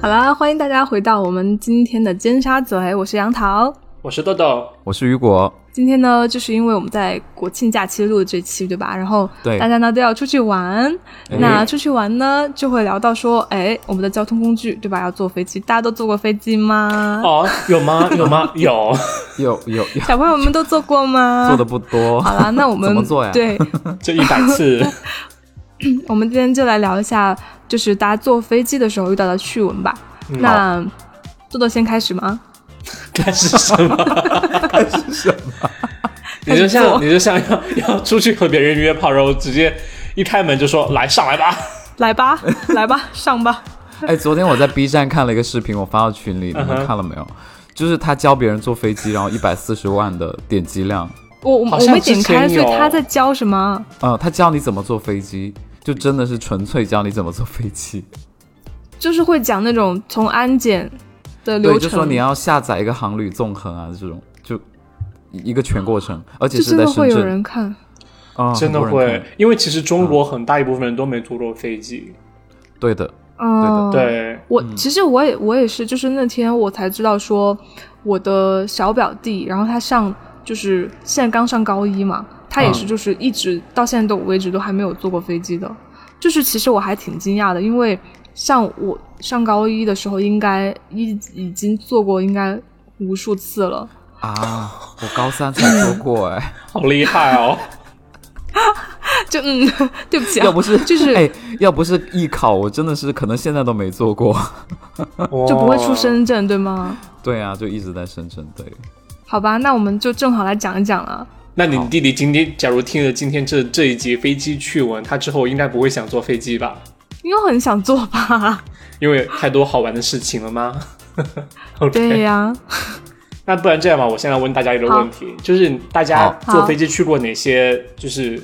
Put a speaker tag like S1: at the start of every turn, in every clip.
S1: 好啦，欢迎大家回到我们今天的尖沙咀，我是杨桃。
S2: 我是豆豆，
S3: 我是雨果，
S1: 今天呢，就是因为我们在国庆假期录的这期，对吧？然后
S3: 对
S1: 大家呢都要出去玩，
S3: 哎
S1: 那出去玩呢就会聊到说，哎，我们的交通工具，对吧？要坐飞机，大家都坐过飞机吗？
S2: 哦，有吗？有吗？ 有，
S3: 有有有
S1: 小朋友们都坐过 吗？
S3: 做的不多，
S1: 啊好啦，那我们
S3: 怎么做呀
S1: 对，
S2: 就一百次。
S1: 我们今天就来聊一下，就是大家坐飞机的时候遇到的趣闻吧。
S2: 嗯
S1: 那豆豆先开始吗？
S2: 但是什 么？
S1: 开
S2: 你
S1: 始做
S2: 就像你就像要要出去和别人约炮，然后直接一开门就说来上来吧。
S1: 来吧，来吧，上吧。
S3: 哎，昨天我在 B 站看了一个视频，我发到群里，你们
S2: 嗯哼
S3: 看了没有？就是他教别人坐飞机，然后一百四十万的点击量，
S1: 我我
S2: 好
S1: 我
S2: 像
S1: 没点开，
S2: 之
S1: 所
S2: 前有
S1: 以他在教什么？
S3: 呃，他教你怎么坐飞机，就真的是纯粹教你怎么坐飞机。
S1: 就是会讲那种从安检的流
S3: 对，
S1: 程，
S3: 就说你要下载一个航旅纵横啊，这种就一一个全过程，而且
S1: 就是真
S3: 在
S1: 的
S3: 深
S1: 会有
S3: 圳，
S1: 人看。
S3: 啊，
S2: 真的
S3: 很多人
S2: 会
S3: 看，
S2: 因为其实中国很大一部分人都没坐过飞机。
S3: 对的，
S1: 嗯，。
S2: 对，
S1: 我其实我也我也是，就是那天我才知道说，我的小表弟，然后他上就是现在刚上高一嘛，他
S3: 嗯
S1: 也是就是一直到现在都为止都还没有坐过飞机的，就是其实我还挺惊讶的，因为像我上高一的时候，应该已已经坐过应该无数次了，
S3: 啊，我高三才坐过哎。
S2: 好厉害哦！
S1: 就嗯， 对不起、啊，
S3: 要不是
S1: 就是
S3: 哎，要不是艺考，我真的是可能现在都没做过。
S1: 就
S2: 就
S1: 不会出。深圳对吗？
S3: 对啊，就一直在深圳。对，
S1: 好吧，那我们就正好来讲一讲了。
S2: 那你弟弟今天假如听了今天这这一集飞机趣闻，他之后应该不会想坐飞机吧？
S1: 因为很想做 吧？
S2: 因为太多好玩的事情了吗 ？OK，
S1: 对呀、
S2: 那不然这样吧，我先来问大家一个问题，就是大家
S1: 好
S2: 坐飞机去过哪些就是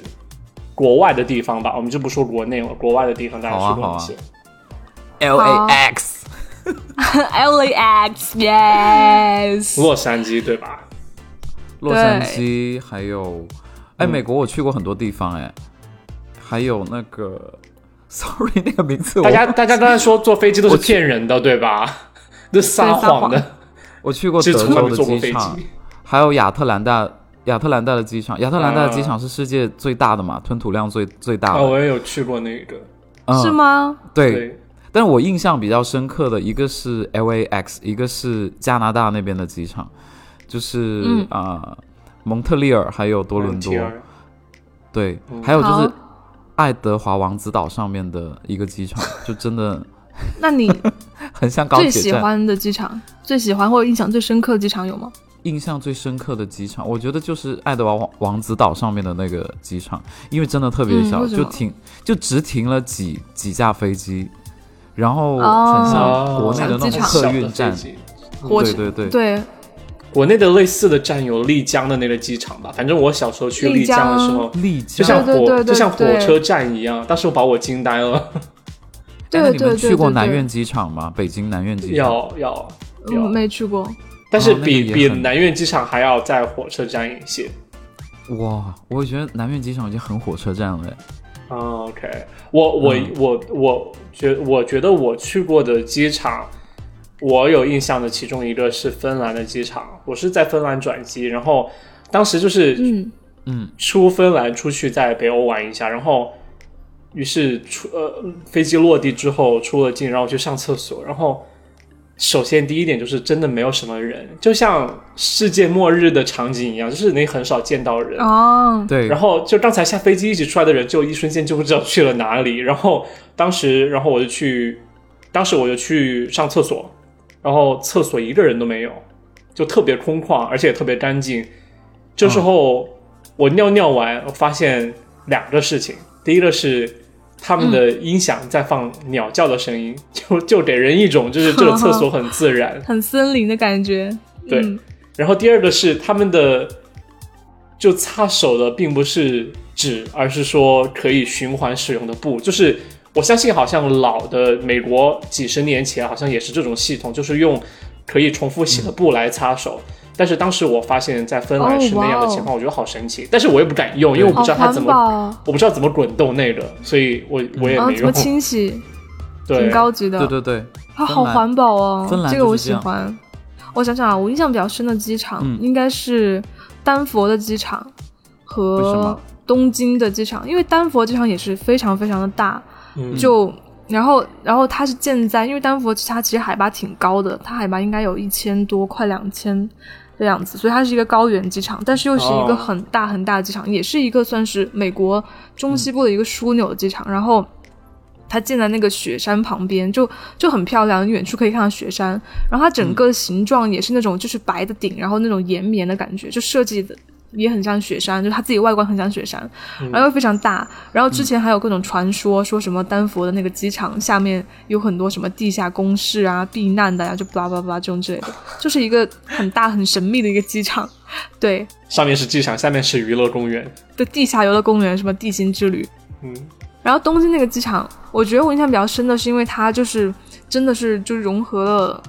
S2: 国外的地方吧？我们就不说国内了，国外的地方大家
S3: 好啊
S2: 去过哪些？
S3: L A X，
S1: LAX yes，
S2: 洛杉矶对吧？
S3: 洛杉矶，还有，哎，美国我去过很多地方，哎，还有那个，sorry，那个名字
S2: 大
S3: 我
S2: 家大家刚才说坐飞机都是骗人的对吧？ 这撒谎的，
S3: 我去过
S2: 其
S3: 德
S2: 实从来
S3: 州
S2: 没
S3: 的
S2: 坐过
S3: 机
S2: 飞
S3: 场，
S2: 机。
S3: 还有亚特兰大。亚特兰大的机场，亚特兰大的机场是世界最大的嘛，吞吐量最最大
S2: 啊哦，我
S3: 的，
S2: 也有去过那个，
S3: 嗯
S1: 是？吗？
S3: 对，
S2: 对，
S3: 但我印象比较深刻的一个是 L A X，一个是加拿大那边的机场，就是
S1: 嗯
S3: 啊、蒙特利尔还有多伦多，
S2: MTR
S3: 对，
S2: 嗯
S3: 还有就
S1: 好
S3: 是爱德华王子岛上面的一个 机场，就真的
S1: 那你
S3: 很像 高
S1: 最
S3: 铁
S1: 喜
S3: 站。
S1: 欢的机场，最喜欢或者印象最深刻的机场有吗？
S3: 印象最深刻的机场，我觉得就是爱德华王王子岛上面的那个机场，因为真的特别
S1: 嗯
S3: 小，
S1: 为什
S3: 就
S1: 么
S3: 停就只停了几几架飞机，然后
S1: 哦
S3: 很像
S2: 哦
S3: 啊国内的
S1: 小
S3: 那
S1: 机
S3: 种
S1: 场
S3: 客运站
S2: 小的，飞机
S1: 火
S3: 对
S1: 车
S3: 嗯对对。
S1: 对，
S2: 国内的类似的站有丽江的那个机场吧，反正我小时候去
S1: 丽
S2: 丽江的时候，
S3: 丽
S2: 就
S3: 江，
S2: 像
S1: 对对对
S2: 火
S1: 对
S2: 就像火
S1: 对
S2: 车站一样，当时我把我惊呆了，
S1: 对
S3: 哎那你
S1: 对
S3: 们
S1: 对
S3: 去过
S1: 对
S3: 南
S1: 对
S3: 苑机场吗？北京南苑机场？
S2: 要要
S1: 嗯
S2: 要，
S1: 没去过。
S2: 但是
S3: 哦那个
S2: 比
S3: 也
S2: 比
S3: 很
S2: 南苑机场还要在火车站一些。
S3: 哇，我觉得南苑机场已经很火车站了。哎
S2: 啊 OK，我我、
S3: 嗯
S2: 我我觉我觉得我去过的机场，我有印象的其中一个是芬兰的机场，我是在芬兰转机，然后当时就是
S1: 嗯，
S3: 嗯，
S2: 出芬兰出去在北欧玩一下，然后于是出呃飞机落地之后出了境，然后去上厕所，然后。首先，第一点就是真的没有什么人，就像世界末日的场景一样，就是你很少见到人。
S1: 哦，
S3: 对
S2: 然，后就刚才下飞机一起出来的人，就一瞬间就不知道去了哪里。然后当时，然后我就去，当时我就去上厕所，然后厕所一个人都没有，就特别空旷，而且特别干净。这时候、我尿尿完，我发现两个事情，第一个是。他们的音响在放鸟叫的声音，就就给人一种就是这个厕所很自然，
S1: 很森林的感觉。
S2: 对
S1: 嗯
S2: 然后第二个是他们的就擦手的并不是纸，而是说可以循环使用的布，就是。我相信，好像老的美国几十年前好像也是这种系统，就是用可以重复洗的布来擦手。但是当时我发现，在芬兰是那样的情况，我觉得好神奇。但是我也不敢用，因为我
S1: 哦
S2: 不
S1: 好
S2: 知道它
S1: 环
S2: 怎么，
S1: 保哦，
S2: 我不知道怎么滚动那个，所以我我也
S1: 啊
S2: 没
S1: 怎么
S2: 用。
S1: 清洗，
S2: 对
S1: 挺，高级的。
S3: 对对对，
S1: 它
S3: 芬
S1: 啊好
S3: 兰
S1: 环保哦，
S3: 芬兰
S1: 这个我
S3: 就是这
S1: 喜
S3: 样
S1: 欢。我想想啊，我印象比较深的机场、
S3: 嗯
S1: 应该是丹佛的机场
S3: 为什么
S1: 和东京的机场，因为丹佛机场也是非常非常的大，
S2: 嗯
S1: 就然后然后它是建在，因为丹佛它其实海拔挺高的，它海拔应该有一千多，快两千。的样子，所以它是一个高原机场，但是又是一
S2: 哦
S1: 个很大很大的机场，也是一个算是美国中西部的一个枢纽的机场。然后它建在那个雪山旁边，就就很漂亮，远处可以看到雪山。然后它整个形状也是那种就是白的顶，然后那种延绵的感觉，就设计的也很像雪山，就是它自己外观很像雪山，然后又非常大。然后之前还有各种传说，说什么丹佛的那个机场下面有很多什么地下工事啊、避难的呀、就巴拉巴拉巴拉这种之类的，就是一个很大很神秘的一个机场。对
S2: 上面是机场，下面是娱乐公园。
S1: 的地下游乐公园，什么地心之旅，
S2: 嗯，
S1: 然后东京那个机场，我觉得我印象比较深的是，因为它就是真的是就融合了，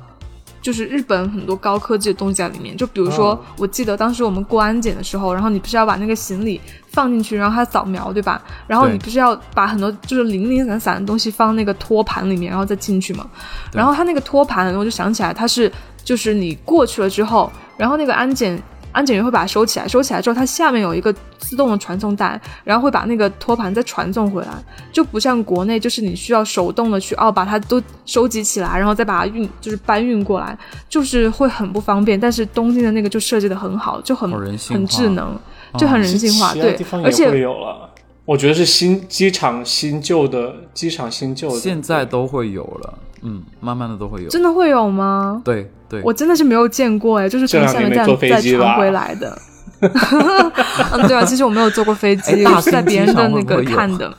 S1: 就是日本很多高科技的东西在里面。就比如说，
S2: 哦
S1: 我记得当时我们过安检的时候，然后你不是要把那个行李放进去，然后它扫描，对吧？然后
S3: 对
S1: 你不是要把很多就是零零散散的东西放那个托盘里面，然后再进去嘛？然后它那个托盘，我就想起来，它是就是你过去了之后，然后那个安检安检员会把它收起来，收起来之后，它下面有一个自动的传送带，然后会把那个托盘再传送回来，就不像国内，就是你需要手动的去哦把它都收集起来，然后再把它运就是搬运过来，就是会很不方便。但是东京的那个就设计的很好，就很
S3: 好哦人性化哦
S1: 很智能，就很人性化，
S2: 其他
S1: 对
S2: 地方，也
S1: 而且
S2: 会有了。我觉得是新机场新旧的机场新旧的，
S3: 现在都会有了，嗯，慢慢的都会有。
S1: 真的会有吗？
S3: 对对，
S1: 我真的是没有见过哎，就是从
S2: 这两
S1: 下
S2: 年
S1: 个
S2: 没
S1: 站
S2: 坐飞
S1: 再
S2: 机吧
S1: 传回来的。 嗯， 对啊，其实我没有坐过飞
S3: 哎
S1: 机，
S3: 大
S1: 我是在
S3: 兴
S1: 别人
S3: 机
S1: 的
S3: 场
S1: 那
S3: 会不
S1: 个
S3: 会有
S1: 看的。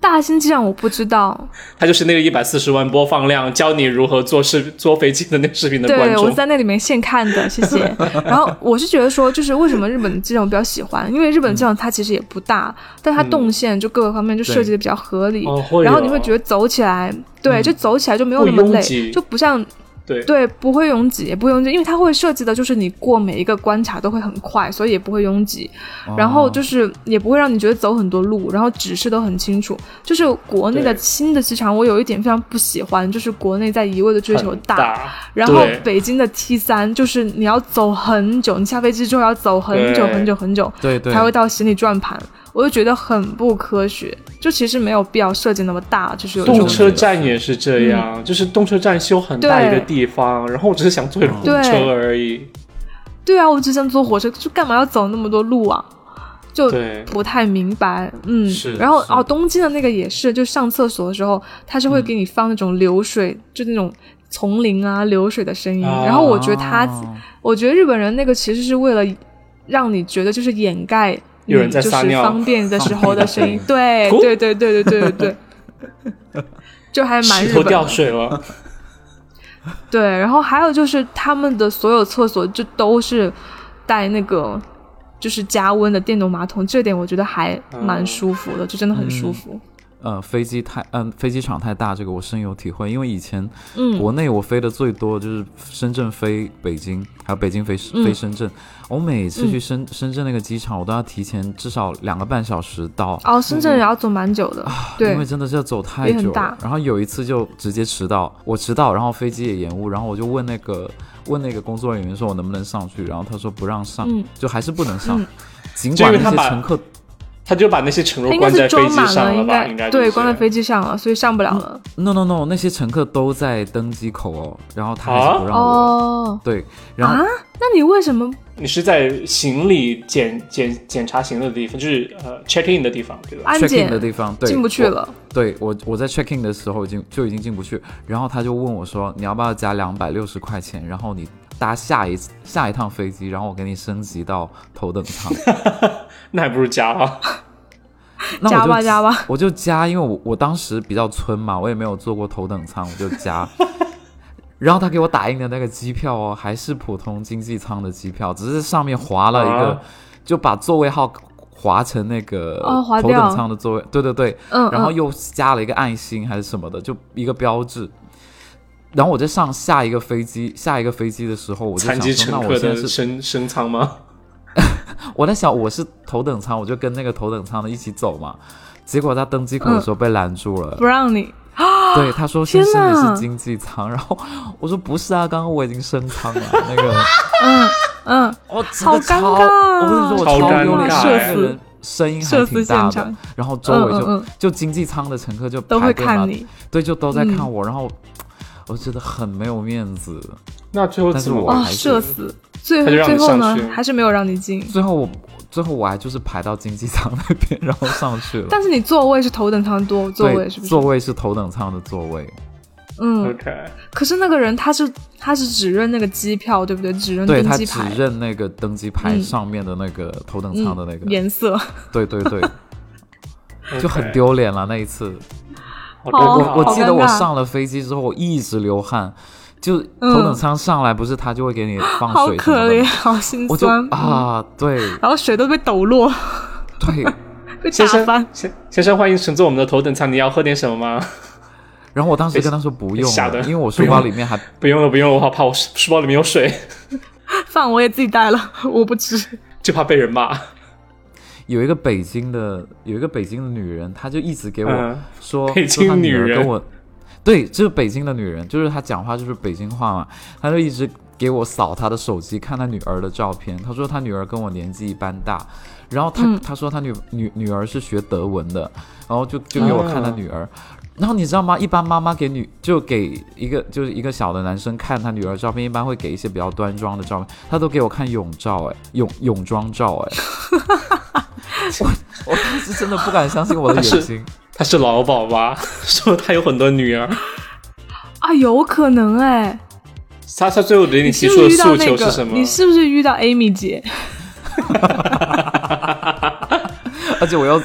S1: 大兴机场我不知道，
S2: 他就是那个一百四十万播放量，教你如何坐视坐飞机的那个视频的观
S1: 对我
S2: 众
S1: 是。在那里面现看的，谢 谢。然后我是觉得说，就是为什么日本的机场我比较喜欢，因为日本机场它其实也不大，但它动线就各个方面就设计的比较合理，
S2: 哦会
S1: 然后
S2: 有
S1: 你会觉得走起来，对，就走起来就没有
S2: 不
S1: 那么
S2: 拥
S1: 累，
S2: 挤
S1: 就不像
S2: 对
S1: 对，不会拥挤，也不会拥挤，因为它会设计的就是你过每一个关卡都会很快，所以也不会拥挤。
S3: 哦
S1: 然后就是也不会让你觉得走很多路，然后指示都很清楚。就是国内的
S2: 对
S1: 新的机场，我有一点非常不喜欢，就是国内在一味的追求
S2: 很大，
S1: 然后
S2: 对
S1: 北京的 T 三就是你要走很久，你下飞机之后要走很久
S2: 对
S1: 很久很久
S3: 对对，
S1: 才会到行李转盘，我就觉得很不科学。就其实没有必要设计那么大，就是有这
S2: 动
S1: 种嗯
S2: 车站也是这样，就是动车站修很大一个地方，然后我只是想坐一辆
S1: 对
S2: 公车而已。
S1: 对啊，我只想坐火车，就干嘛要走那么多路啊？就
S2: 对
S1: 不太明白，嗯，
S3: 是
S1: 然后
S3: 是嗯
S1: 哦，东京的那个也是，就上厕所的时候，它是会给你放那种流水，就那种丛林啊流水的声音。
S2: 啊
S1: 然后我觉得它，
S3: 哦。
S1: 我觉得日本人那个其实是为了让你觉得就是掩盖你
S2: 有人在
S1: 就是
S2: 撒尿
S1: 方便的时候的声音 对
S2: 哭
S1: 对对对对对对对，就还蛮
S2: 石
S1: 日
S2: 头
S1: 本的
S2: 掉 水了，
S1: 对，然后还有就是他们的所有厕所就都是带那个就是加温的电动马桶，这点我觉得还
S2: 啊
S1: 蛮舒服的，就真的很舒服。
S3: 呃，飞机太嗯、飞机场太大，这个我深有体会。因为以前
S1: 嗯
S3: 国内我飞的最多就是深圳飞北京，还有北京飞飞
S1: 嗯
S3: 深圳。我每次去
S1: 嗯
S3: 深深圳那个机场，我都要提前至少两个半小时到，
S1: 哦，深圳也要走蛮久的，对
S3: 啊因为真的是要走太
S1: 也很
S3: 久了
S1: 大。
S3: 然后有一次就直接迟到，我迟到，然后飞机也延误，然后我就问那个问那个工作人员说我能不能上去，然后他说不让上，
S1: 嗯
S3: 就还是不能上。尽
S2: 就因
S3: 管
S2: 为
S3: 那
S2: 他
S3: 些
S2: 把
S3: 乘客
S2: 他就把那些乘
S1: 它
S2: 客
S1: 应该
S2: 关
S1: 是
S2: 在飞
S1: 装
S2: 机
S1: 满
S2: 上
S1: 应
S2: 吧？
S1: 该
S2: 应该
S1: 对，
S2: 就是
S1: 关在飞机上了，所以上不了了。
S3: No no no，那些乘客都在登机口哦，然后他还
S2: 啊
S3: 是不让我。
S1: 哦，
S3: 对，然后、
S1: 啊那你为什么
S2: 你是在行李检检检查行李的地方，就是呃 check in 的地方，对吧？
S1: 安
S3: check in
S1: 检
S3: 的地方对
S1: 进不去。了？
S3: 我对我我在 check in 的时候已经就已经进不去，然后他就问我说你要不要加两百六十块钱，然后你搭下一下一趟飞机，然后我给你升级到头等舱。
S2: 那还不如加啊。
S3: 那我
S1: 加
S3: 就
S1: 吧加吧，
S3: 我就加，因为我我当时比较村嘛，我也没有坐过头等舱，我就 加。然后他给我打印的那个机票哦，还是普通经济舱的机票，只是上面划了一个，
S2: 啊
S3: 就把座位号划成那个
S1: 哦划
S3: 头
S1: 掉
S3: 等舱的座位，对对对，
S1: 嗯
S3: 然后
S1: 嗯
S3: 又加了一个爱心还是什么的，就一个标志。然后我在上下一个飞机，下一个飞机的时候，我就
S2: 残
S3: 想
S2: 疾
S3: 说，那
S2: 乘
S3: 我
S2: 客
S3: 现在
S2: 的
S3: 是
S2: 升升舱吗？
S3: 我在想我是头等舱，我
S1: 嗯
S3: 就跟那个头等舱的一起走嘛。结果他登机口的时候被拦住了，
S1: 不让你
S3: 对，他说先
S1: 天
S3: 生你
S1: 哪
S3: 是经济舱，然后我说不是啊，刚刚我已经升 舱了。那个，
S1: 嗯 嗯，
S3: 我真
S1: 好
S3: 的
S1: 尴
S3: 超，
S1: 尬
S3: 我跟你说我
S2: 超
S3: 超
S2: 尴
S3: 丢脸，
S2: 尬
S3: 那
S1: 社
S3: 个
S1: 死
S3: 人声音还
S1: 社死
S3: 挺
S1: 现
S3: 大的
S1: 场，
S3: 然后周
S1: 嗯
S3: 围
S1: 嗯
S3: 就
S1: 嗯
S3: 就经济舱的乘客就
S1: 都
S3: 排
S1: 会
S3: 队嘛
S1: 看，你，
S3: 对，就都在看
S1: 嗯
S3: 我，然后我觉得很没有面子。
S2: 那最后
S3: 但是
S2: 怎么
S3: 我
S2: 办
S1: 哦，
S3: 还是
S1: 社死！最
S2: 他就让
S1: 最
S2: 你
S1: 后
S2: 上
S1: 呢
S2: 去，
S1: 还是没有让你进。
S3: 最后我最后我还就是排到经济舱那边，然后上去了。
S1: 但是你座位是头等舱座座
S3: 对，
S1: 位是不是
S3: 座？位是头等舱的座位，
S1: 嗯，
S2: ？OK，
S1: 可是那个人他是他是只认那个机票，对不对？只认
S3: 对
S1: 登
S3: 他
S1: 机
S3: 只
S1: 牌、
S3: 认那个登机牌
S1: 嗯
S3: 上面的那个头等舱的那个，啊
S1: 嗯、颜色，
S3: 对对 对，就很
S2: OK，
S3: 丢脸了那一次。
S2: 好
S1: 好
S2: 尴
S3: 我
S2: 尬
S3: 我记
S1: 哦好
S3: 得
S1: 尴
S3: 我
S1: 尬
S3: 上了飞机之后，我一直流汗，就
S1: 嗯
S3: 头等舱上来不是他就会给你放
S1: 好
S3: 水什么
S1: 可
S3: 的
S1: 怜，
S3: 吗，
S1: 好心
S3: 我就
S1: 酸。
S3: 啊，对
S1: 然后水都被抖落，
S3: 对，
S1: 被打
S2: 先生
S1: 翻。，
S2: 先先生，欢迎乘坐我们的头等舱，你要喝点什么吗？
S3: 然后我当时跟他说不用
S2: 吓
S3: 了
S2: 得，
S3: 因为我
S2: 不
S3: 书
S2: 用
S3: 包
S2: 了
S3: 里面还
S2: 不用了，不用了，我好怕我书书包里面有水，
S1: 饭我也自己带了， 我不吃。
S2: 就怕被人骂。
S3: 有一个北京的有一个北京的女人，她就一直给我
S2: 嗯
S3: 说，
S2: 北
S3: 说她
S2: 京
S3: 女
S2: 女
S3: 儿
S2: 人
S3: 跟我，对，就是北京的女人，就是她讲话就是北京话嘛，她就一直给我扫她的手机，看她女儿的照片。她说她女儿跟我年纪一般大，然后她、
S1: 嗯
S3: 她说她女女女儿是学德文的，然后就就给我看她
S2: 啊
S3: 女儿。然后你知道吗？一般妈妈给女就给一个就是一个小的男生看他女儿照片，一般会给一些比较端庄的照片，他都给我看泳照、哎，泳泳装照、哎， 我当时真的不敢相信我的眼睛。
S2: 他是老鸨吧？ 说他有很多女儿，
S1: 啊，有可能哎、
S2: 他他最后给你
S1: 你
S2: 提
S1: 是
S2: 出
S1: 不
S2: 的
S1: 是遇到
S2: 诉
S1: 那
S2: 求是
S1: 个
S2: 什？么
S1: 你？是不是遇到 Amy 姐？
S3: 而且我又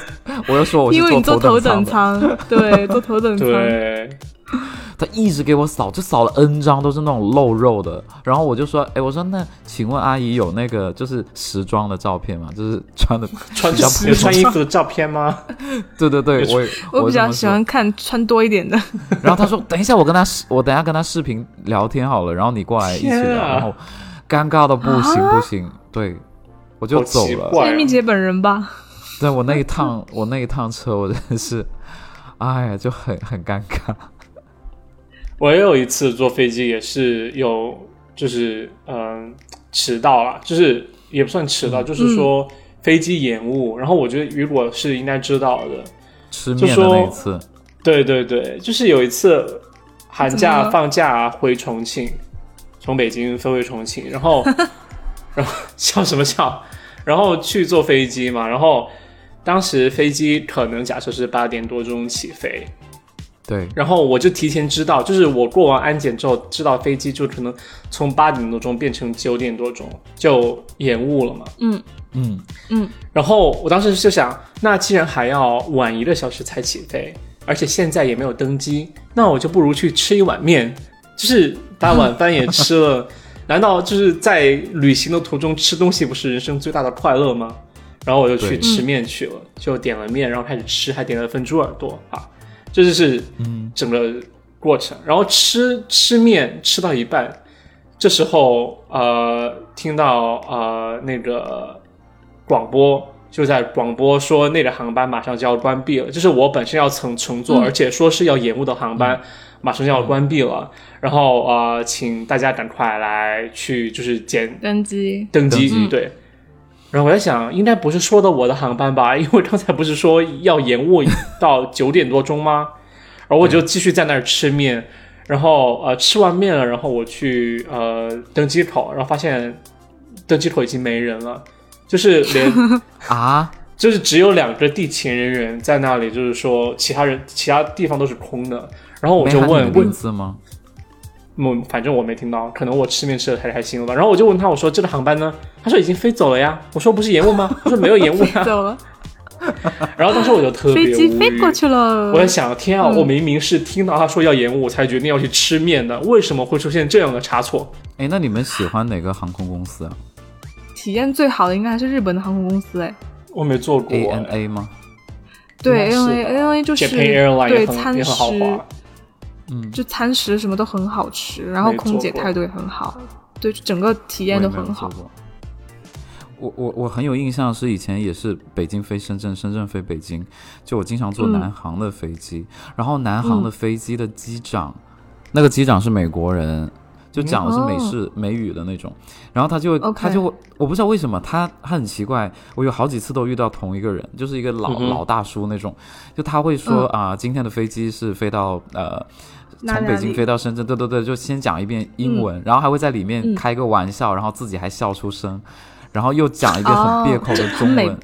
S3: 我又说我是
S1: 因为你坐头等
S3: 等舱
S1: 舱， 对，坐头等舱。
S2: 对，
S3: 的，他一直给我扫，就扫了 N 张都是那种露肉的。然后我就说，哎，我说那请问阿姨有那个就是时装的照片吗？就是穿的
S2: 穿
S3: 比较普
S2: 有
S3: 通
S2: 穿衣服的照片吗？
S3: 对 对对，
S2: 有
S3: 我也
S1: 我比
S3: 这
S1: 较
S3: 么
S1: 喜
S3: 说
S1: 欢看穿多一点的。
S3: 然后他说：“等一下，我跟他视，我等一下跟他视频聊天好了，然后你过来 一起
S2: 天
S3: 聊。
S2: 啊
S3: 然后尴尬到不行
S1: 啊
S3: 不行，对我就
S2: 好
S3: 走
S2: 奇
S3: 了。
S2: 怪啊
S1: Amy 姐本人吧，
S3: 对我那 一趟，我那一趟车，我真的是，哎呀，就很很尴尬。
S2: 我也有一次坐飞机，也是有就是嗯迟到了，就是也不算迟到，就是说飞机延误。然后我觉得雨果是应该知道的，
S3: 吃面的那一次，
S2: 对对对，就是有一次寒
S1: 怎么
S2: 假
S1: 了
S2: 放假回重庆，从北京飞回重庆，然后然后笑什么笑？然后去坐飞机嘛，然后当时飞机可能假设是八点多钟起飞，
S3: 对，
S2: 然后我就提前知道，就是我过完安检之后知道飞机就可能从八点多钟变成九点多钟，就延误了嘛。
S1: 嗯
S3: 嗯，
S1: 嗯，
S2: 然后我当时就想，那既然还要晚一个小时才起飞，而且现在也没有登机，那我就不如去吃一碗面，就是把晚饭也吃了。难道就是在旅行的途中吃东西不是人生最大的快乐吗？然后我就去
S3: 对
S2: 吃面去了，就点了面，然后开始吃，还点了份猪耳朵啊，这就是整个过程。然后吃吃面吃到一半，这时候呃听到呃那个广播就在广播说那个航班马上就要关闭了，就是我本身要乘乘坐，
S1: 嗯
S2: 而且说是要延误的航班，马上就要关闭了。然后呃，请大家赶快来去就是检
S1: 登 机。
S2: 登机，嗯
S1: 登机
S2: 对。然后我在想，应该不是说的我的航班吧？因为刚才不是说要延误到九点多钟吗？然后我就继续在那儿吃面，然后呃吃完面了，然后我去呃登机口，然后发现登机口已经没人了，就是连
S3: 啊，
S2: 就是只有两个地勤人员在那里，就是说其他人其他地方都是空的。然后我
S3: 没
S2: 就
S3: 喊你
S2: 问
S3: 的名
S2: 问，
S3: 字吗？
S2: 嗯，反正我没听到，可能我吃面吃的太开心了吧。然后我就问他，我说这个航班呢？他说已经飞走了呀。我说不是延 误吗？他说没有延误呀。
S1: 走了，
S2: 然后当时我就特别
S1: 飞机
S2: 无
S1: 飞
S2: 语
S1: 过去了。
S2: 我在想，天啊，
S1: 嗯
S2: 我明明是听到他说要延误，我才决定要去吃面的，为什么会出现这样的差错？
S3: 哎，那你们喜欢哪个航空公司啊
S1: 体验最好的应该还是日本的航空公司哎，
S2: 我没做过
S3: ？A N A 吗？
S1: 对
S2: 应该是
S1: ANA
S2: 吧
S1: ANA 嗯就是
S2: Japan Airline
S1: 对
S2: 也很
S1: 餐
S2: 也很豪
S1: 食
S2: 华，
S3: 嗯，
S1: 就餐食什么都很好吃，然后
S2: 没
S1: 空姐
S2: 错过
S1: 态度也很好，对，就整个体验都
S3: 我也没有
S1: 很好
S3: 做。过。我我我很有印象，是以前也是北京飞深圳，深圳飞北京，就我经常坐
S1: 嗯
S3: 南航的飞机，然后南航的飞机的机长，那个机长是美国人，就讲的是美式、美语的那种，然后他就会
S1: 哦 OK
S3: 他就会我不知道为什么他他很奇怪，我有好几次都遇到同一个人，就是一个老、
S2: 嗯哼
S3: 老大叔那种，就他会说啊、今天的飞机是飞到呃。
S1: 嗯哪
S3: 从
S1: 里
S3: 北
S1: 哪
S3: 京
S1: 里
S3: 飞到深圳，对对对，就先讲一遍英文，然后还会在里面
S1: 嗯
S3: 开个玩笑，然后自己还笑出声，然后又讲一遍很别口的中
S1: 哦很
S3: 文，
S1: 美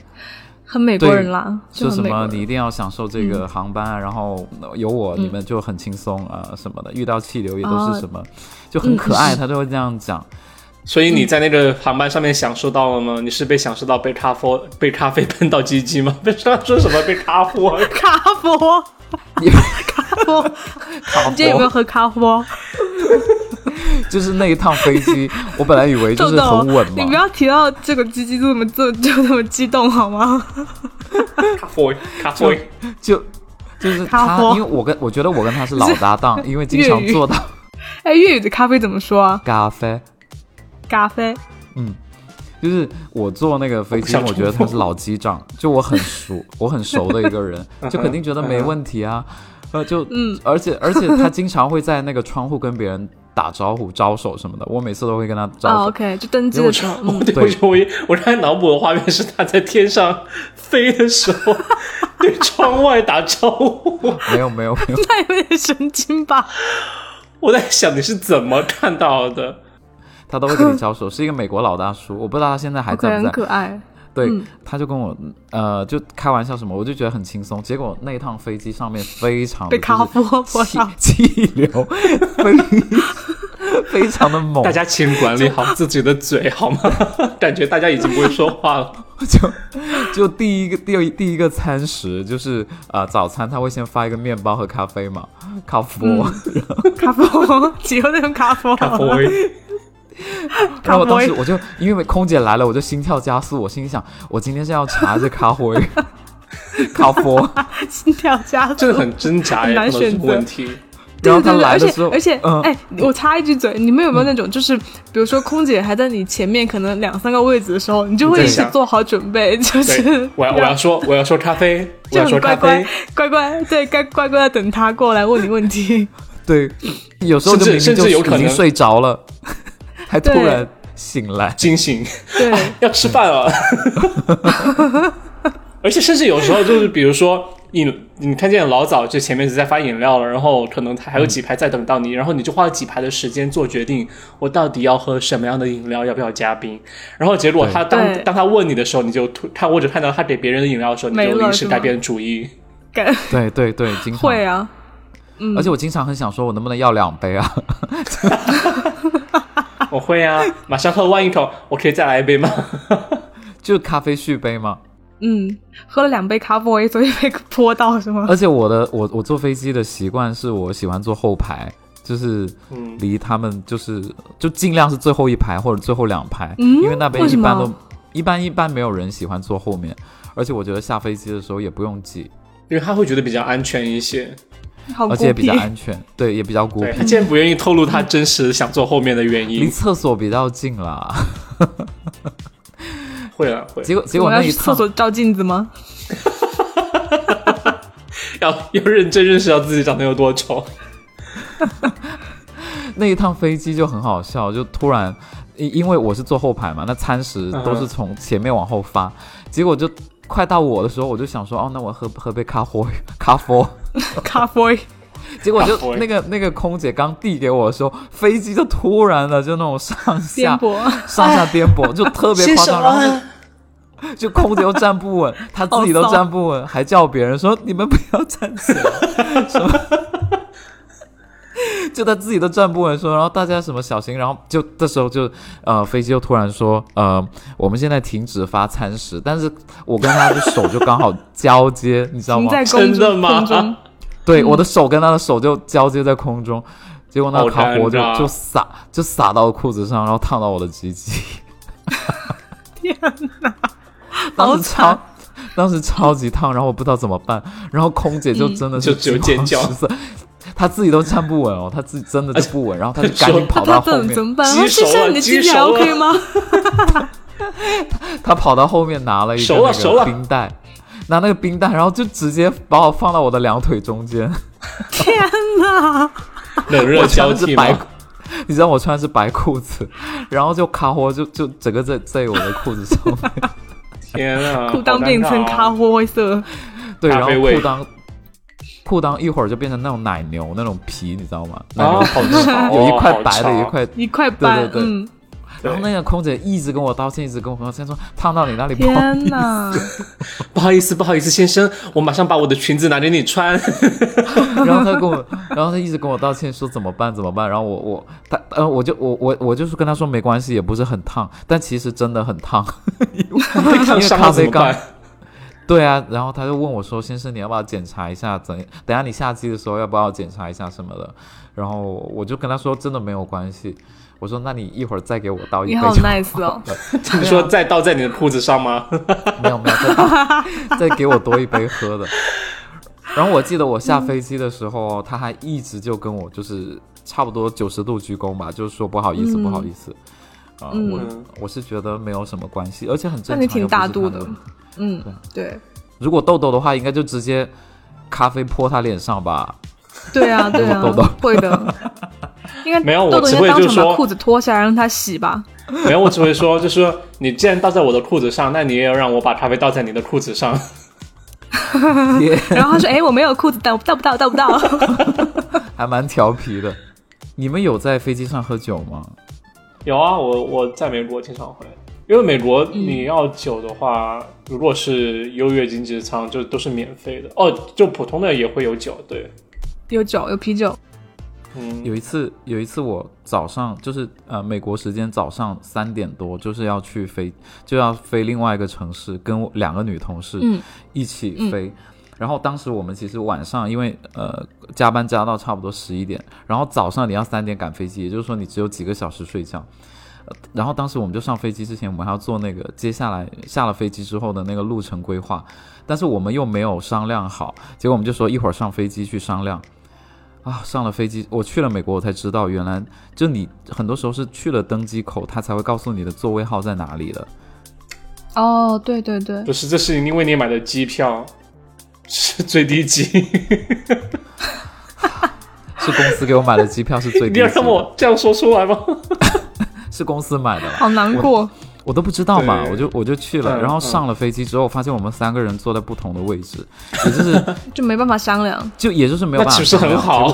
S1: 很美国
S3: 对
S1: 人啦，就
S3: 说
S1: 很
S3: 什
S1: 美国
S3: 么
S1: 人嗯
S3: 你一定要享受这个航班啊，然后有我你们就很轻松啊、什么的，遇到气流也都是
S1: 哦
S3: 什么，就很可
S1: 嗯
S3: 爱，他都会这样讲。
S2: 所以你在那个航班上面享受到了吗？
S1: 嗯
S2: 你是被享受到被咖啡被咖啡喷到鸡鸡吗？被 他说什么被咖啡？
S1: 咖佛，
S3: 你
S1: 咖佛， 你今天有没有喝咖佛？
S3: 就是那一趟飞机，我本来以为就
S1: 豆
S3: 是
S1: 豆
S3: 很稳，
S1: 你不
S3: 嘛，
S1: 要提到这个鸡鸡就这么就 就这么激动好吗？
S2: 咖啡咖啡，
S3: 就就是
S1: 卡
S3: 他，
S1: 佛
S3: 因为我跟我觉得我跟他是老 搭档，因为经
S1: 粤
S3: 常
S1: 语
S3: 坐到
S1: 哎，粤语的咖啡怎么说啊？哦
S3: 咖啡。
S1: 咖啡。
S3: 嗯就是我坐那个飞机，
S2: 我不想
S3: 我觉得
S2: 重
S3: 他
S2: 复
S3: 是老机长，就我很熟，我很熟的一个人，就肯定觉得没问题啊。呃，就
S1: 嗯，
S3: 而且而且他经常会在那个窗户跟别人打招呼、招手什么的，我每次都会跟他
S1: 啊
S3: 招手。
S1: ，OK，就登机
S2: 我
S1: 的
S2: 知
S1: 时
S2: 道
S1: 候，，
S2: 我
S1: 嗯，
S2: 对，我觉得我一我刚才脑补的画面是他在天上飞的时 候对窗外打招呼，
S3: 没有没有没有，
S1: 那有点神经 吧？
S2: 我在想你是怎么看到的？
S3: 他都会跟你招手，是一个美国老大叔，我不知道他现在
S2: 啊
S3: 还
S1: OK，
S3: 在不
S1: 很
S3: 在。
S1: 可爱。
S3: 对，
S1: 嗯
S3: 他就跟我呃就开玩笑什么，我就觉得很轻松。结果那一趟飞机上面非
S2: 哦
S3: 常地
S1: 被咖
S3: 就是
S1: 波波
S3: 气
S1: 到
S3: 气流， 非非常的猛，
S2: 大家请管理好自己的嘴好 吗？感觉大家已经不会说话 了。
S3: 就就第一个第一第一个餐食就是啊、呃早餐他会先发一个面包和咖啡嘛，咖啡，
S1: 嗯咖 佛，以后再用咖佛
S2: 咖
S1: 好了。
S2: 啡，
S3: 然后我当时
S1: 咖啡
S3: 我就因为空姐来了，我就心跳加速，我心里想我今天是要查这咖啡， 咖啡，
S1: 心跳加速
S2: 这。个很挣扎
S1: 很
S2: 呀，
S1: 难
S2: 可能是
S1: 选择
S2: 问题。
S1: 对
S3: 然后
S1: 对
S3: 他
S1: 对，
S3: 来
S1: 而
S3: 的
S1: 且
S3: 时候，
S1: 而且，
S3: 嗯、
S1: 哎，我插一句嘴，你们有没有那种，就是比如说空姐还在你前面可能两三个位置的时候，你就会
S2: 你在
S1: 一直
S2: 想
S1: 做好准备， 就
S2: 对
S1: 是，
S2: 我要我要说我要说咖啡，我
S1: 就
S2: 要说
S1: 很
S2: 咖
S1: 乖乖
S2: 啡，
S1: 乖乖，对该乖乖的等他过来问你问 题。
S3: 对，有时候
S2: 甚至
S3: 就明明
S2: 甚至
S3: 就
S2: 有可
S3: 已经
S2: 能
S3: 睡着了， 还突
S1: 对
S3: 然醒来，
S2: 惊醒。
S1: 对，
S2: 要吃饭了。 而且甚至有时候就是，比如说饮，你看见老早就前面一直在发饮料了，然后可能他还有几排在等到你，然后你就花了几排的时间做决定，我到底要喝什么样的饮料，要不要加冰？然后结果他当
S1: 对
S2: 当他问你的时候，你就突看或者看到他给别人的饮料的时候，你
S1: 没
S2: 就
S1: 了
S2: 临时
S1: 是吗
S2: 改变主意。
S1: 感
S3: 对对对，经常
S1: 会啊，
S3: 而且我经常很想说，我能不能要两杯啊？
S2: 我 会啊，马上喝完一口，我可以再来一杯吗？
S3: 就咖啡续杯嘛。
S1: 嗯，喝了两杯咖啡，所以被泼到是吗？
S3: 而且我的我我坐飞机的习惯是我喜欢坐后排，就是
S2: 嗯
S3: 离他们就是就尽量是最后一排或者最后两排，
S1: 嗯
S3: 因为那边
S1: 为
S3: 一
S1: 什么
S3: 般都一般一般没有人喜欢坐后面，而且我觉得下飞机的时候也不用挤，
S2: 因为他会觉得比较安全一些，
S1: 好
S3: 而
S1: 哦孤
S3: 呃哦且也比
S1: 僻
S3: 较，安全，对，也比较孤
S2: 对
S1: 嗯
S3: 僻，
S2: 他既然不愿意透露他真实想坐后面的原
S3: 离
S2: 因，
S3: 厕所比较近啦。
S2: 会了会了。啊
S3: 结果结
S1: 我
S3: 果
S1: 要
S3: 那
S1: 去
S3: 一
S1: 厕
S3: 趟
S1: 所照镜子 吗？
S2: 要 要认真认识到自己长得有多丑。
S3: 那一趟飞机就很好笑，就突然，因因为我是坐后排嘛，那餐食都是从前面往后发，结果就快到我的时候，我就想说，哦，那我喝喝杯咖啡，咖啡。
S1: 咖啡，
S3: 结果
S2: 咖
S3: 就
S2: 啡
S3: 那个那个空姐刚递给我的时候，飞机就突然的就那种上
S1: 颠
S3: 下
S1: 簸，啊
S3: 上下颠簸，就 特别夸张，然后就就空姐又站不稳，她自己都
S1: 好骚
S3: 站不稳，还叫别人说你们不要站起 来，什么。就她自己都站不稳，说，然后大家什么小心，然后就这时候就，呃，飞机就突然说，呃，我们现在停止发餐食，但是我跟她的手就刚好交接，你知道
S1: 停
S3: 吗？
S1: 在空
S2: 真的
S1: 中，
S2: 吗
S1: 空中，
S3: 对，我的手跟他的手就交接在空中，结果那
S2: 好
S3: 个烤火就
S2: 尴尬
S3: 就洒就洒到裤子上，然后烫到我的鸡鸡。
S1: 天
S3: 哪！ 当时
S1: 好
S3: 超，当时超级烫，然后我不知道怎么办，然后空姐就真的是
S2: 就只有
S3: 惊慌
S2: 尖叫
S3: 失色，她自己都站不稳哦，她自己
S2: 啊
S3: 真的就不稳，然后她就赶紧
S2: 说
S3: 跑
S1: 他
S3: 到后
S1: 这
S3: 面
S1: 怎，么办？啊
S2: 棘
S1: 这
S2: 手啊
S1: 下
S2: 了
S1: 你的鸡
S2: 棘
S1: 还
S2: 手了
S1: OK 吗？
S3: 他跑到后面拿了一个
S2: 熟了熟
S3: 那
S2: 了
S3: 个冰袋，拿那个冰袋，然后就直接把我放到我的两腿中间，
S4: 天哪！
S2: 冷热
S3: 我
S2: 交
S3: 穿的
S2: 替
S3: 是
S2: 嘛
S3: 白，裤，你知道我穿的是白裤子，然后就卡火就就整个在在我的裤子上面，
S2: 天啊，
S4: 裤裆变成咖
S2: 好尴尬哦，
S4: 啡灰色，
S3: 对，然
S2: 咖
S3: 后
S2: 啡
S3: 裤
S2: 味
S3: 裆裤裆一会儿就变成那种奶牛那种皮，你知道吗？奶
S2: 啊，
S3: 牛
S2: 好吵哦，
S3: 有一块白
S2: 好
S3: 的，
S2: 吵
S3: 有一，块
S4: 一块板，
S3: 对对对
S4: 嗯，
S2: 对
S3: 然后那个空姐一直跟我道歉，一直跟我道歉说烫到你那里哎不好
S1: 天啊哪！
S2: 不好意思，不好意思，先生，我马上把我的裙子拿给你 穿。
S3: 然后他跟我，然后他一直跟我道歉说怎么办怎么办，然后我我他呃我就我我我就是跟他说没关系，也不是很烫，但其实真的很烫。
S2: 被烫伤了怎么
S3: 咖啡
S2: 办？
S3: 对啊，然后他就问我说：“先生，你要不要检查一下？怎等下你下机的时候要不要检查一下什么的？”然后我就跟他说：“真的没有关系。”我说：“那你一会儿再给我倒一杯
S1: 你
S3: 就
S1: 好
S3: 好。
S1: nice 哦，
S2: 你说再倒在你的裤子上吗？
S3: 没有没有，再倒再给我多一杯喝的。然后我记得我下飞机的时候，他还一直就跟我就是差不多九十度鞠躬吧，就是说不好意思，不好意思。啊、
S2: 嗯
S3: 我我是觉得没有什么关系，而且很
S1: 那
S3: 正常。
S1: 你挺大
S3: 又
S1: 度
S3: 不是
S1: 的
S3: 他们。
S1: 嗯，对，
S3: 如果痘痘的话，应该就直接咖啡泼他脸上 吧。
S1: 对啊，对啊
S3: 豆豆，
S1: 会 的。应该
S2: 没有我
S1: 豆豆
S2: 只
S1: 应
S2: 会
S1: 该当
S2: 就
S1: 场把
S2: 说
S1: 裤子脱下来让他洗吧。
S2: 没有，我只会说， 就是说你既然倒在我的裤子上，那你也要让我把咖啡倒在你的裤子上。
S3: 也
S1: 然后他 说：“哎，我没有裤子，到到不到？到不到？”
S3: 还蛮调皮的。你们有在飞机上喝酒吗？
S2: 有啊，我我在美国经常会，因为美国
S3: 嗯
S2: 你要酒的话，如果是优越经济舱，就都是免费的哦，就普通的也会有酒，对，
S1: 有酒，有啤酒。
S2: 嗯，
S3: 有一次，有一次我早上就是呃美国时间早上三点多，就是要去飞，就要飞另外一个城市，跟我两个女同事
S1: 嗯
S3: 一起飞。然后当时我们其实晚上因为呃加班加到差不多十一点，然后早上你要三点赶飞机，也就是说你只有几个小时睡觉。呃然后当时我们就上飞机之前，我们还要做那个接下来下了飞机之后的那个路程规划，但是我们又没有商量好，结果我们就说一会儿上飞机去商量。啊，上了飞机，我去了美国，我才知道原来就你很多时候是去了登机口，他才会告诉你的座位号在哪里的。
S1: 哦，对对对，
S2: 不是，这是因为你买的机票 是最低级，
S3: 是公司给我买的机票是 最
S2: 你
S3: 低
S2: 要
S3: 级的
S2: 让我这样说出来吗？
S3: 是公司买的啦，
S1: 好难过。
S3: 我都不知道嘛，
S2: 对
S3: 我就我就去了，
S2: 嗯
S3: 然后上了飞机之后，发现我们三个人坐在不同的位置，也就是
S1: 就没办法商量。
S3: 就也就是没有
S2: 那
S3: 办
S2: 岂
S3: 法。
S2: 不是很？好？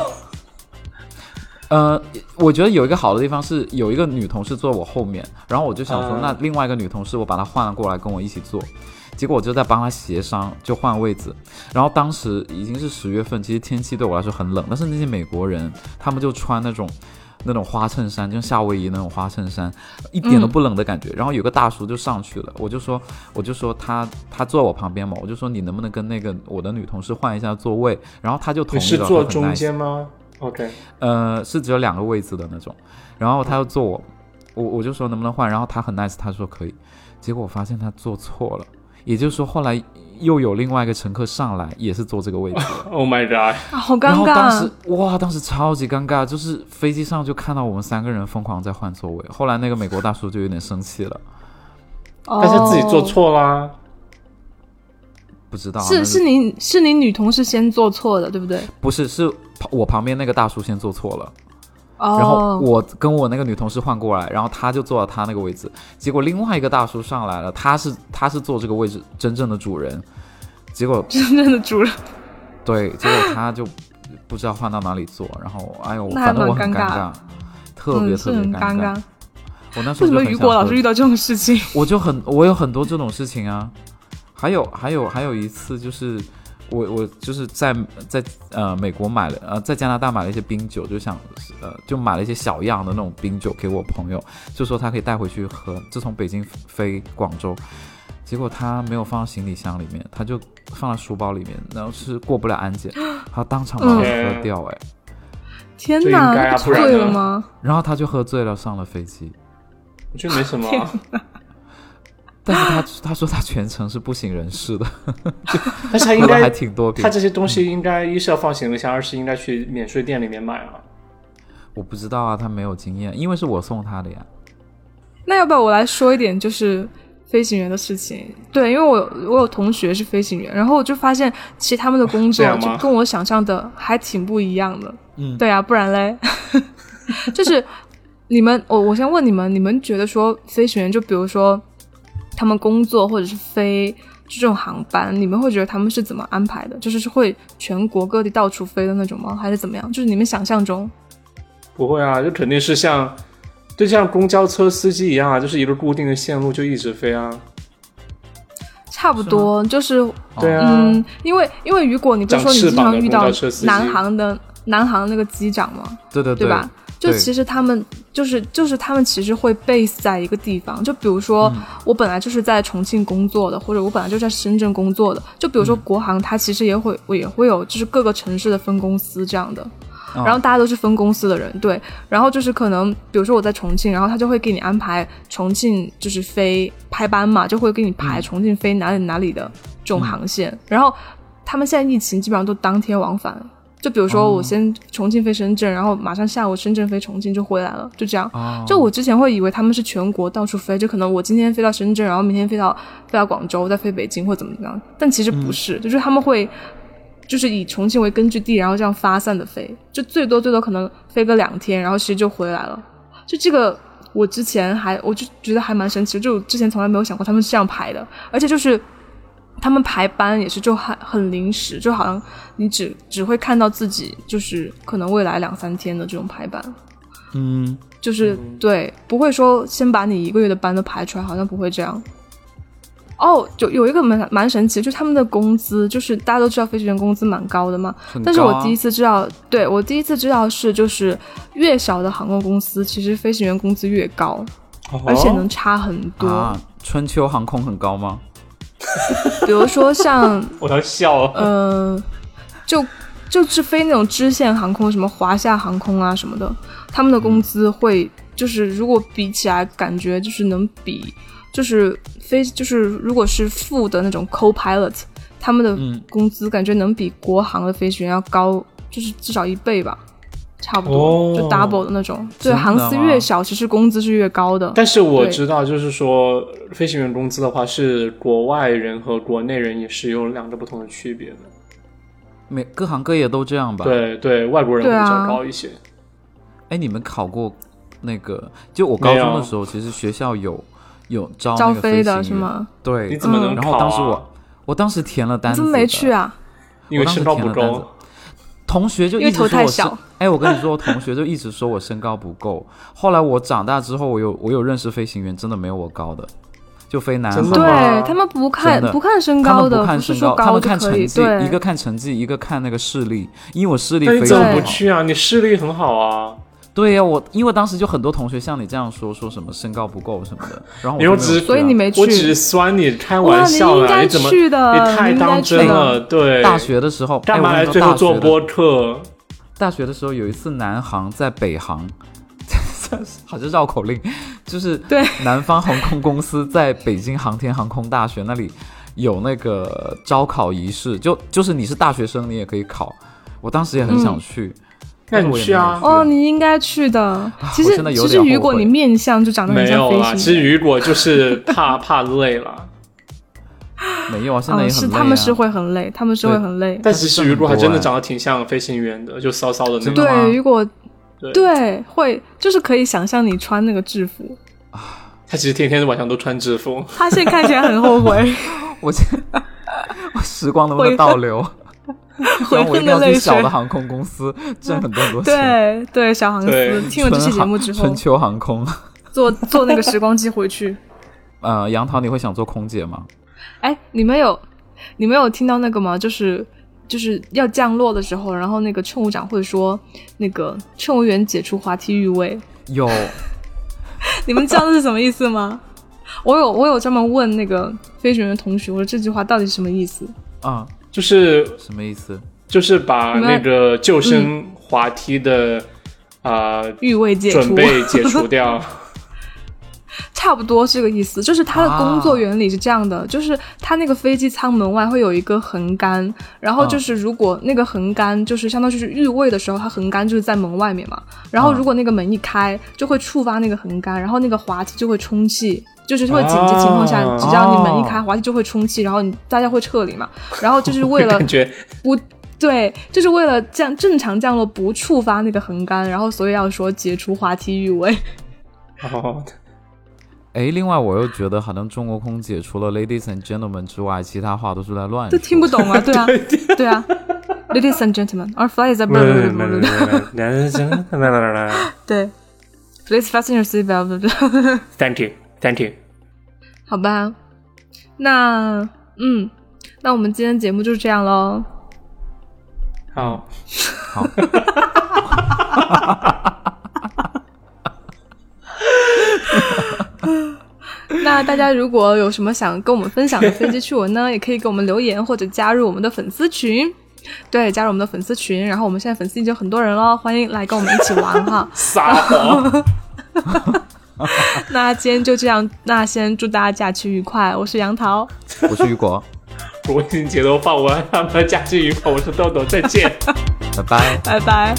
S3: 呃，我觉得有一个好的地方是有一个女同事坐我后面，然后我就想说，
S2: 嗯
S3: 那另外一个女同事我把她换了过来跟我一起坐，结果我就在帮她协商，就换位子。然后当时已经是十月份，其实天气对我来说很冷，但是那些美国人他们就穿那种。那种花衬衫，就夏威夷那种花衬衫，一点都
S2: 嗯
S3: 不冷的感觉。然后有个大叔就上去了，我就说，我就说他他坐我旁边嘛，我就说你能不能跟那个我的女同事换一下座位？然后他就同
S2: 你
S3: 意
S2: 是
S3: 了，
S2: 坐
S3: 他很
S2: 中
S3: nice
S2: 间吗？OK，
S3: 呃，是只有两个位置的那种。然后他要坐我，我我就说能不能换，然后他很 nice，他说可以。结果我发现他坐错了，也就是说后来又有另外一个乘客上来，也是坐这个位置。
S2: Oh my god！
S1: 啊好哦尴
S3: 然后当
S1: 尬
S3: 时，哇，当时超级尴尬，就是飞机上就看到我们三个人疯狂在换座位。后来那个美国大叔就有点生气了，
S1: 但
S3: 哦
S1: 哦
S2: 但是自己做错啦，
S3: 不知道啊那
S1: 是是你是你女同事先做错的，对不对？
S3: 不是是旁我旁边那个大叔先坐错了。
S1: 哦，
S3: 然后我跟我那个女同事换过来，然后她就坐到她那个位置，结果另外一个大叔上来了，他是他是坐这个位置真正的主人，结果
S1: 真正的主人，
S3: 对，结果他就不知道换到哪里坐，然后哎呦，
S1: 那还
S3: 反正我
S1: 蛮
S3: 很
S1: 尴尬
S3: 尬，特
S1: 嗯，
S3: 别特
S1: 是
S3: 别
S1: 很
S3: 尴
S1: 尴尬。
S3: 我那时
S1: 为什
S3: 候就
S1: 么
S3: 很
S1: 雨
S3: 想
S1: 果老
S3: 喝
S1: 师遇到这种事情？
S3: 我就很我有很多这种事情啊，还有还有还有一次就是我我就是在在呃美国买了呃在加拿大买了一些冰酒，就想呃就买了一些小样的那种冰酒给我朋友，就说他可以带回去喝，就从北京飞广州。结果他没有放到行李箱里面，他就放在书包里面，然后是过不了安 检，他当场把我
S2: 嗯
S3: 喝掉哎、
S1: 天
S2: 这
S1: 哪，
S2: 应该啊
S1: 那
S2: 不
S1: 不
S2: 然
S1: 醉
S2: 呢
S1: 了吗？
S3: 然后他就喝醉了上了飞机，
S2: 我觉得没什么啊。
S3: 但是他他说他全程是不省人事的，
S2: 但是他应
S3: 喝了还
S2: 该，
S3: 挺多瓶
S2: 他。这些东西应该一是要放行李箱，二是应该去免税店里面买啊。
S3: 我不知道啊，他没有经验，因为是我送他的呀。
S1: 那要不要我来说一点就是飞行员的事情？对，因为我有我有同学是飞行员，然后我就发现其实他们的工
S2: 这
S1: 作
S2: 样
S1: 就
S2: 吗
S1: 跟我想象的还挺不一样的。
S3: 嗯
S1: 对啊，不然嘞， 就是你们，我我先问你们，你们觉得说飞行员，就比如说他们工作或者是飞这种航班，你们会觉得他们是怎么安排的？就是是会全国各地到处飞的那种吗？还是怎么样？就是你们想象中？
S2: 不会啊，这肯定是像，就像公交车司机一样啊，就是一个固定的线路就一直飞啊。
S1: 差不多，就是
S3: 哦
S2: 对啊，
S1: 嗯，因为因为雨果，你不是说你经常遇
S2: 长翅膀的公
S1: 到
S2: 交车司机
S1: 南航的南航那个机长吗？
S3: 对对
S1: 对吧？就
S3: 对
S1: 其实他们就是就是他们其实会 base 在一个地方，就比如说
S2: 嗯
S1: 我本来就是在重庆工作的，或者我本来就在深圳工作的，就比如说
S2: 嗯
S1: 国航，它其实也会我也会有就是各个城市的分公司这样的，
S3: 嗯
S1: 然后大家都是分公司的人，对，然后就是可能比如说我在重庆，然后他就会给你安排重庆就是飞排班嘛，就会给你排重庆飞哪里哪里的这种航线，然后他们现在疫情基本上都当天往返，就比如说我先重庆飞深圳，然后马上下午深圳飞重庆就回来了，就这样。
S3: 哦
S1: 就我之前会以为他们是全国到处飞，就可能我今天飞到深圳，然后明天飞到飞到广州，再飞北京或怎么怎么样，但其实不是，就是他们会就是以重庆为根据地，然后这样发散的飞，就最多最多可能飞个两天，然后其实就回来了。就这个，我之前还我就觉得还蛮神奇的，就我之前从来没有想过他们是这样排的，而且就是他们排班也是就很很临时，就好像你只只会看到自己就是可能未来两三天的这种排班，
S3: 嗯，
S1: 就是、对，不会说先把你一个月的班都排出来，好像不会这样。哦，就有一个蛮蛮神奇，就是他们的工资，就是大家都知道飞行员工资蛮高的嘛，
S3: 很
S1: 但是我
S3: 高啊
S1: 第一次知道，对我第一次知道是就是越小的航空公司，其实飞行员工资越高，
S2: 哦
S1: 而且能差很多。
S3: 啊，春秋航空很高吗？
S1: 比如说像
S2: 我要笑啊了。
S1: 呃，就就是飞那种支线航空，什么华夏航空啊什么的，他们的
S3: 嗯
S1: 工资会就是如果比起来，感觉就是能比就是飞就是如果是副的那种 co-pilot，他们的
S3: 嗯
S1: 工资感觉能比国航的飞行员要高，就是至少一倍吧。差不多、
S2: 哦
S1: 就 double 的那种，对，
S3: 真的
S1: 航司
S3: 吗
S1: 越小，其实工资是越高的。
S2: 但是我
S1: 对
S2: 知道，就是说飞行员工资的话，是国外人和国内人也是有两个不同的区别的。
S3: 每各行各业都这样吧？。
S2: 对对，外国人会
S1: 对
S2: 比
S1: 啊
S2: 较高一些。
S3: 哎，你们考过那个？就我高
S2: 没
S3: 中
S2: 有
S3: 的时候，其实学校有有招
S1: 招
S3: 那个
S1: 飞
S3: 行
S1: 的是
S3: 员？
S1: 吗？
S3: 对。嗯
S2: 你怎么能
S3: 然
S2: 考、
S3: 后
S2: 啊？
S3: 当时我我当时填了单
S1: 你
S3: 子，
S1: 怎么没去？啊？
S2: 因为身高不
S3: 我当时填了单
S2: 够
S3: 子，同学就
S1: 因
S3: 一
S1: 为
S3: 直
S1: 头
S3: 说
S1: 太
S3: 我
S1: 小
S3: 身，哎，我跟你说，我同学就一直说我身高不够。 后来我长大之后，我有我有认识飞行员，真的没有我高的，就飞南
S2: 真的
S3: 航。
S2: 吗
S1: 对他们不看
S3: 真的
S1: 不看身
S3: 他
S1: 高
S3: 们
S1: 的，
S3: 不看
S1: 是
S3: 身
S1: 说
S3: 他们
S1: 就
S3: 看
S1: 可
S3: 成
S1: 以。
S3: 绩，
S1: 对，
S3: 一个看成绩，一个看那个视力，因为我视力
S2: 那你
S3: 非
S2: 怎
S3: 常
S2: 么
S1: 对
S2: 不
S3: 好。
S2: 去啊？你视力很好啊，
S3: 对呀、我因为当时就很多同学像你这样说，说什么身高不够什么的，然后我
S2: 你又
S3: 就没有
S2: 只
S3: 去啊
S1: 所以你没去
S2: 我只是酸你，开玩笑
S1: 哇你应
S3: 哎
S2: 啦，
S1: 该
S2: 你怎么
S1: 去啊的
S2: 你太当真了，对。
S3: 大学的时候
S2: 干嘛
S3: 哎
S2: 来
S3: 我跟你
S2: 最
S3: 说
S2: 后做
S3: 大学的
S2: 播客？
S3: 大学的时候有一次南航在北航，好像绕口令，就是
S1: 对
S3: 南方航空公司在北京航天航空大学那里有那个招考仪式，就就是你是大学生你也可以考，我当时也很
S1: 嗯
S3: 想去，
S2: 那
S3: 但
S2: 你
S3: 是哎我也
S2: 去啊
S3: 没有
S1: 哦，你应该去的。其
S3: 啊我
S1: 实
S3: 真的有
S1: 其
S3: 点
S1: 实
S3: 后悔
S1: 雨啊果你面相就长得很
S2: 没
S1: 像
S2: 有
S1: 飞
S2: 啦，其
S1: 行
S2: 实
S1: 员，
S2: 雨果就是 怕怕累了，
S3: 没有啊，现在
S1: 嗯，
S3: 也很累、啊
S1: 是他们是会很累，他们是会很累。
S2: 但其实雨果还真的
S3: 但是很多哎
S2: 长得挺像飞行员的，就骚骚的那
S3: 真
S2: 种
S3: 的。吗
S1: 对，雨果
S2: 对，
S1: 对会就是可以想象你穿那个制服，
S2: 他其实天天晚上都穿制服。
S1: 他现在看起来很后 悔，
S3: 我现我时光能不能倒流？
S1: 悔
S3: 然后我一
S1: 恨
S3: 定
S1: 的
S3: 要
S1: 泪
S3: 去
S1: 水
S3: 小。的航空 公司挣很多很多钱。
S1: 对对，小航
S2: 对
S1: 司听了这期节目之后
S3: 春，秋航空，
S1: 坐坐那个时光机回去。
S3: 呃，杨桃，你会想做空姐吗？
S1: 哎，你们有你们有听到那个吗？就是就是要降落的时候，然后那个乘务长会说那个乘务员解除滑梯预位，
S3: 有，
S1: 你们知道这是什么意思吗？ 我有我有专门问那个飞行员的同学，我说这句话到底是什么意思？
S3: 啊，
S2: 就是
S3: 什么意思？
S2: 就是把
S1: 你们嗯
S2: 那个救生滑梯的啊、呃
S1: 预位解
S2: 准
S1: 除，
S2: 备解除掉，
S1: 差不多是这个意思，就是它的工
S2: 啊
S1: 作原理是这样的，就是它那个飞机舱门外会有一个横杆，然
S2: 嗯
S1: 后就是如果那个横杆就是相当于是越位的时候，它横杆就是在门外面嘛，然
S2: 嗯
S1: 后如果那个门一开，就会触发那个横杆，然后那个滑梯就会充气。就是会紧急情况下，
S2: 啊
S1: 只要你门一开，滑梯就会充气，然后你大家会撤离嘛。然后 就是 为了
S2: 感觉
S1: 不对，就是为了降正常降落不触发那个横杆，然后所以要说解除滑梯预 位。啊
S2: 哦，
S3: 哎，另外我又觉得，好像中国空姐除了 ladies and gentlemen 之外，其他话都是在乱
S1: 都
S3: 说。
S1: 听不懂啊， 对啊，对啊。Ladies and gentlemen, our flight is a 对，Please fasten your seatbelt.
S2: Thank you, thank you。
S1: 好吧，那嗯，那我们今天节目就是这样喽。
S2: 好，
S1: 那大家如果有什么想跟我们分享的飞机趣闻呢，也 可以给我们留言或者加入我们的粉丝群。对，加入我们的粉丝群，然后我们现在粉丝已经有很多人了，欢迎来跟我们一起玩哈。
S2: 撒谎，
S1: 那今天就这样，那先祝大家假期愉快，我是杨桃，
S3: 我是雨果，
S2: 国庆节都放完，他们假期愉快。我是豆豆，再见。
S3: 拜拜。
S1: 拜拜。